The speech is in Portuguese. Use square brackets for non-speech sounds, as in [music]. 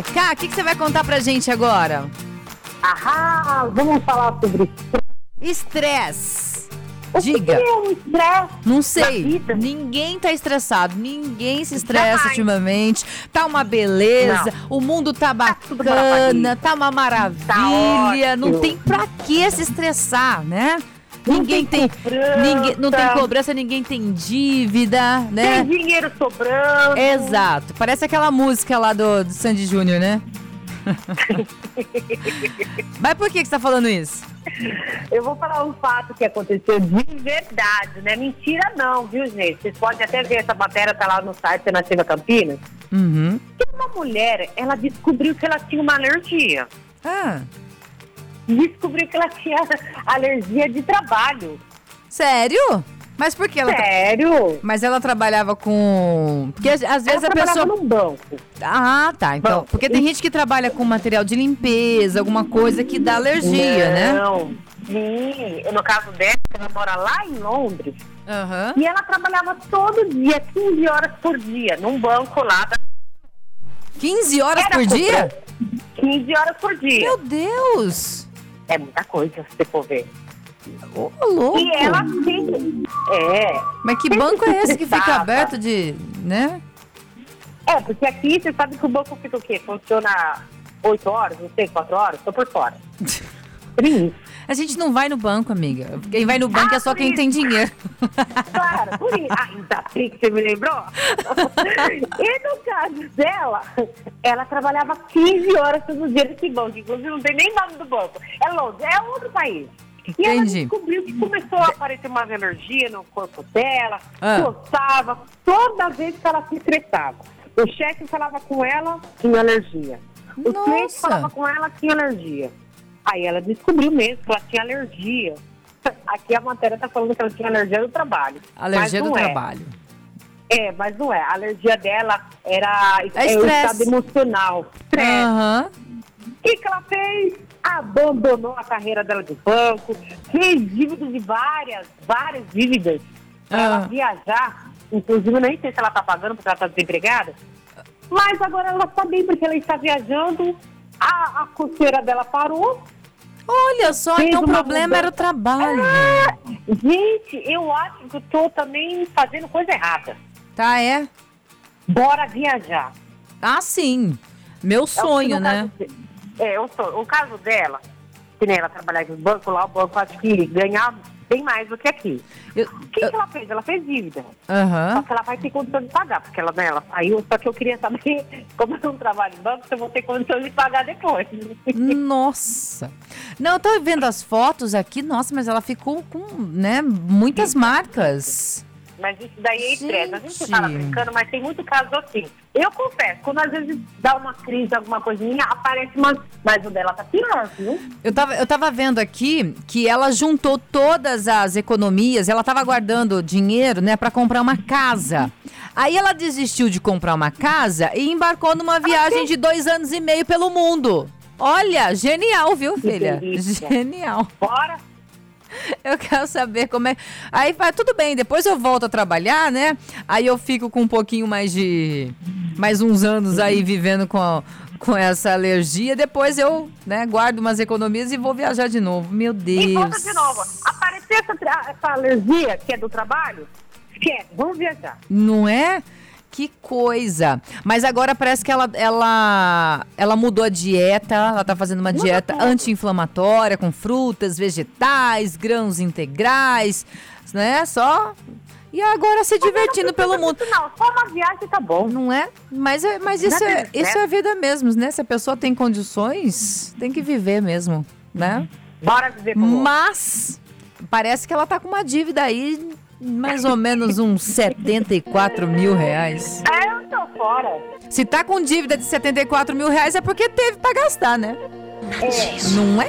Cacá, o que, que você vai contar pra gente agora? Ahá, vamos falar sobre Estresse. estresse. O Diga. que é um estresse? Não sei. vida? Ninguém tá estressado. Ninguém se estressa Jamais. ultimamente. Tá uma beleza. O mundo tá tudo maravilha. bacana. Tá uma maravilha. não ótimo. tem pra que se estressar, né? Ninguém tem. cobrança, Ninguém, não tem cobrança, ninguém tem dívida, Tem né? dinheiro sobrando. Exato. Parece aquela música lá do, do Sandy Júnior, [laughs] né? Mas por que, que você tá falando isso? Eu vou falar um fato que aconteceu de verdade, não é mentira não, viu gente? Vocês podem até ver essa matéria, tá lá no site da Nativa Campinas. Uhum. Que uma mulher, ela descobriu que ela tinha uma alergia. Ah, Descobriu que ela tinha [laughs] alergia de trabalho. sério? Mas por que ela tá Sério? Mas ela trabalhava com. Porque às às vezes ela a trabalhava pessoa. num banco. Ah, tá. Então. Bom, Porque tem gente que trabalha com material de limpeza, alguma coisa que dá alergia, né? Não. Sim, no caso dela, ela mora lá em Londres. Aham. E ela trabalhava todo dia, 15 horas por dia, num banco lá. Da... 15 horas Era por dia? cobrança. 15 horas por dia. Meu Deus! É muita coisa, se você for ver. Ô, louco! E ela sempre... É. Mas que banco é esse que fica Tava. aberto de. né? [laughs] É, porque aqui, você sabe que o banco fica o quê? Funciona 8 horas, não sei, 4 horas? Tô por fora. Triste. A gente não vai no banco, amiga. Quem vai no banco é Ah, só por quem isso. tem [laughs] dinheiro. Claro, por isso. Ah, Ainda bem que você me lembrou. e no caso dela, ela trabalhava 15 horas todo dia nesse banco. Inclusive, não tem nem nome do banco. É Londres, é outro país. E ela Entendi. descobriu que começou a aparecer umas energias no corpo dela, Ah. coçava, toda vez que ela se estressava. O chefe falava com ela, tinha alergia. O cliente Nossa. falava com ela, tinha alergia. Aí ela descobriu mesmo que ela tinha alergia. [laughs] Aqui a matéria está falando que ela tinha alergia do trabalho. Alergia mas do não é. trabalho. É, mas não é. A alergia dela era É é o estresse. Ah. estado emocional. Estresse. Aham. O que, que ela fez? Abandonou a carreira dela de banco, fez dívidas de várias, várias dívidas pra Ah. ela viajar. Inclusive, eu nem sei se ela tá pagando porque ela tá desempregada. Mas agora ela tá bem porque ela está viajando, a, a coceira dela parou. Olha só, Fez então o uma problema era o trabalho. Ah, gente, eu acho que eu tô também fazendo coisa errada. Tá, é? Bora viajar. Ah, sim. Meu É o que sonho, no né? caso de- É, o sonho. O caso dela, que nem ela trabalhava no banco, lá o banco acho que ganhava bem mais do que aqui. Eu- O que, que ela fez? Ela fez dívida. Só Aham. que ela vai ter condição de pagar, porque ela, né, ela saiu. Só que eu queria saber, [laughs] como eu não trabalho em banco, se eu vou ter condição de pagar depois. Nossa. Não, eu tô vendo as fotos aqui, nossa, mas ela ficou com, né, muitas marcas. Mas isso daí é estresse. A gente Gente. fala brincando, mas tem muito caso assim. Eu confesso, quando às vezes dá uma crise, alguma coisinha, aparece uma. Mas o dela tá pior, viu? Eu tava, eu tava vendo aqui que ela juntou todas as economias, ela tava guardando dinheiro, né, pra comprar uma casa. Aí ela desistiu de comprar uma casa e embarcou Ah, numa viagem de dois anos e meio pelo mundo. Olha, genial, viu, filha? delícia. Genial. Bora. [laughs] Eu quero saber como é. Aí vai, tudo bem, depois eu volto a trabalhar, né? Aí eu fico com um pouquinho mais de. Mais uns anos aí vivendo com, a- com essa alergia. Depois eu, né, guardo umas economias e vou viajar de novo. Meu Deus. E volta de novo. Aparecer essa, essa alergia que é do trabalho, esquece. Vamos viajar. Não é? Que coisa. Mas agora parece que ela, ela, ela mudou a dieta. Ela tá fazendo uma Mudou dieta tudo. anti-inflamatória com frutas, vegetais, grãos integrais, né? Só. E agora se divertindo Não precisa pelo mundo. disso, Não, só uma viagem tá bom. Não é? Mas, é- mas isso, Nada é, disso, isso né? é vida mesmo, né? Se a pessoa tem condições, tem que viver mesmo, Uhum. né? Bora viver como Mas parece que ela tá com uma dívida aí, mais ou menos [laughs] uns 74 mil reais. É, eu tô fora. Se tá com dívida de 74 mil reais é porque teve pra gastar, né? É. Não é?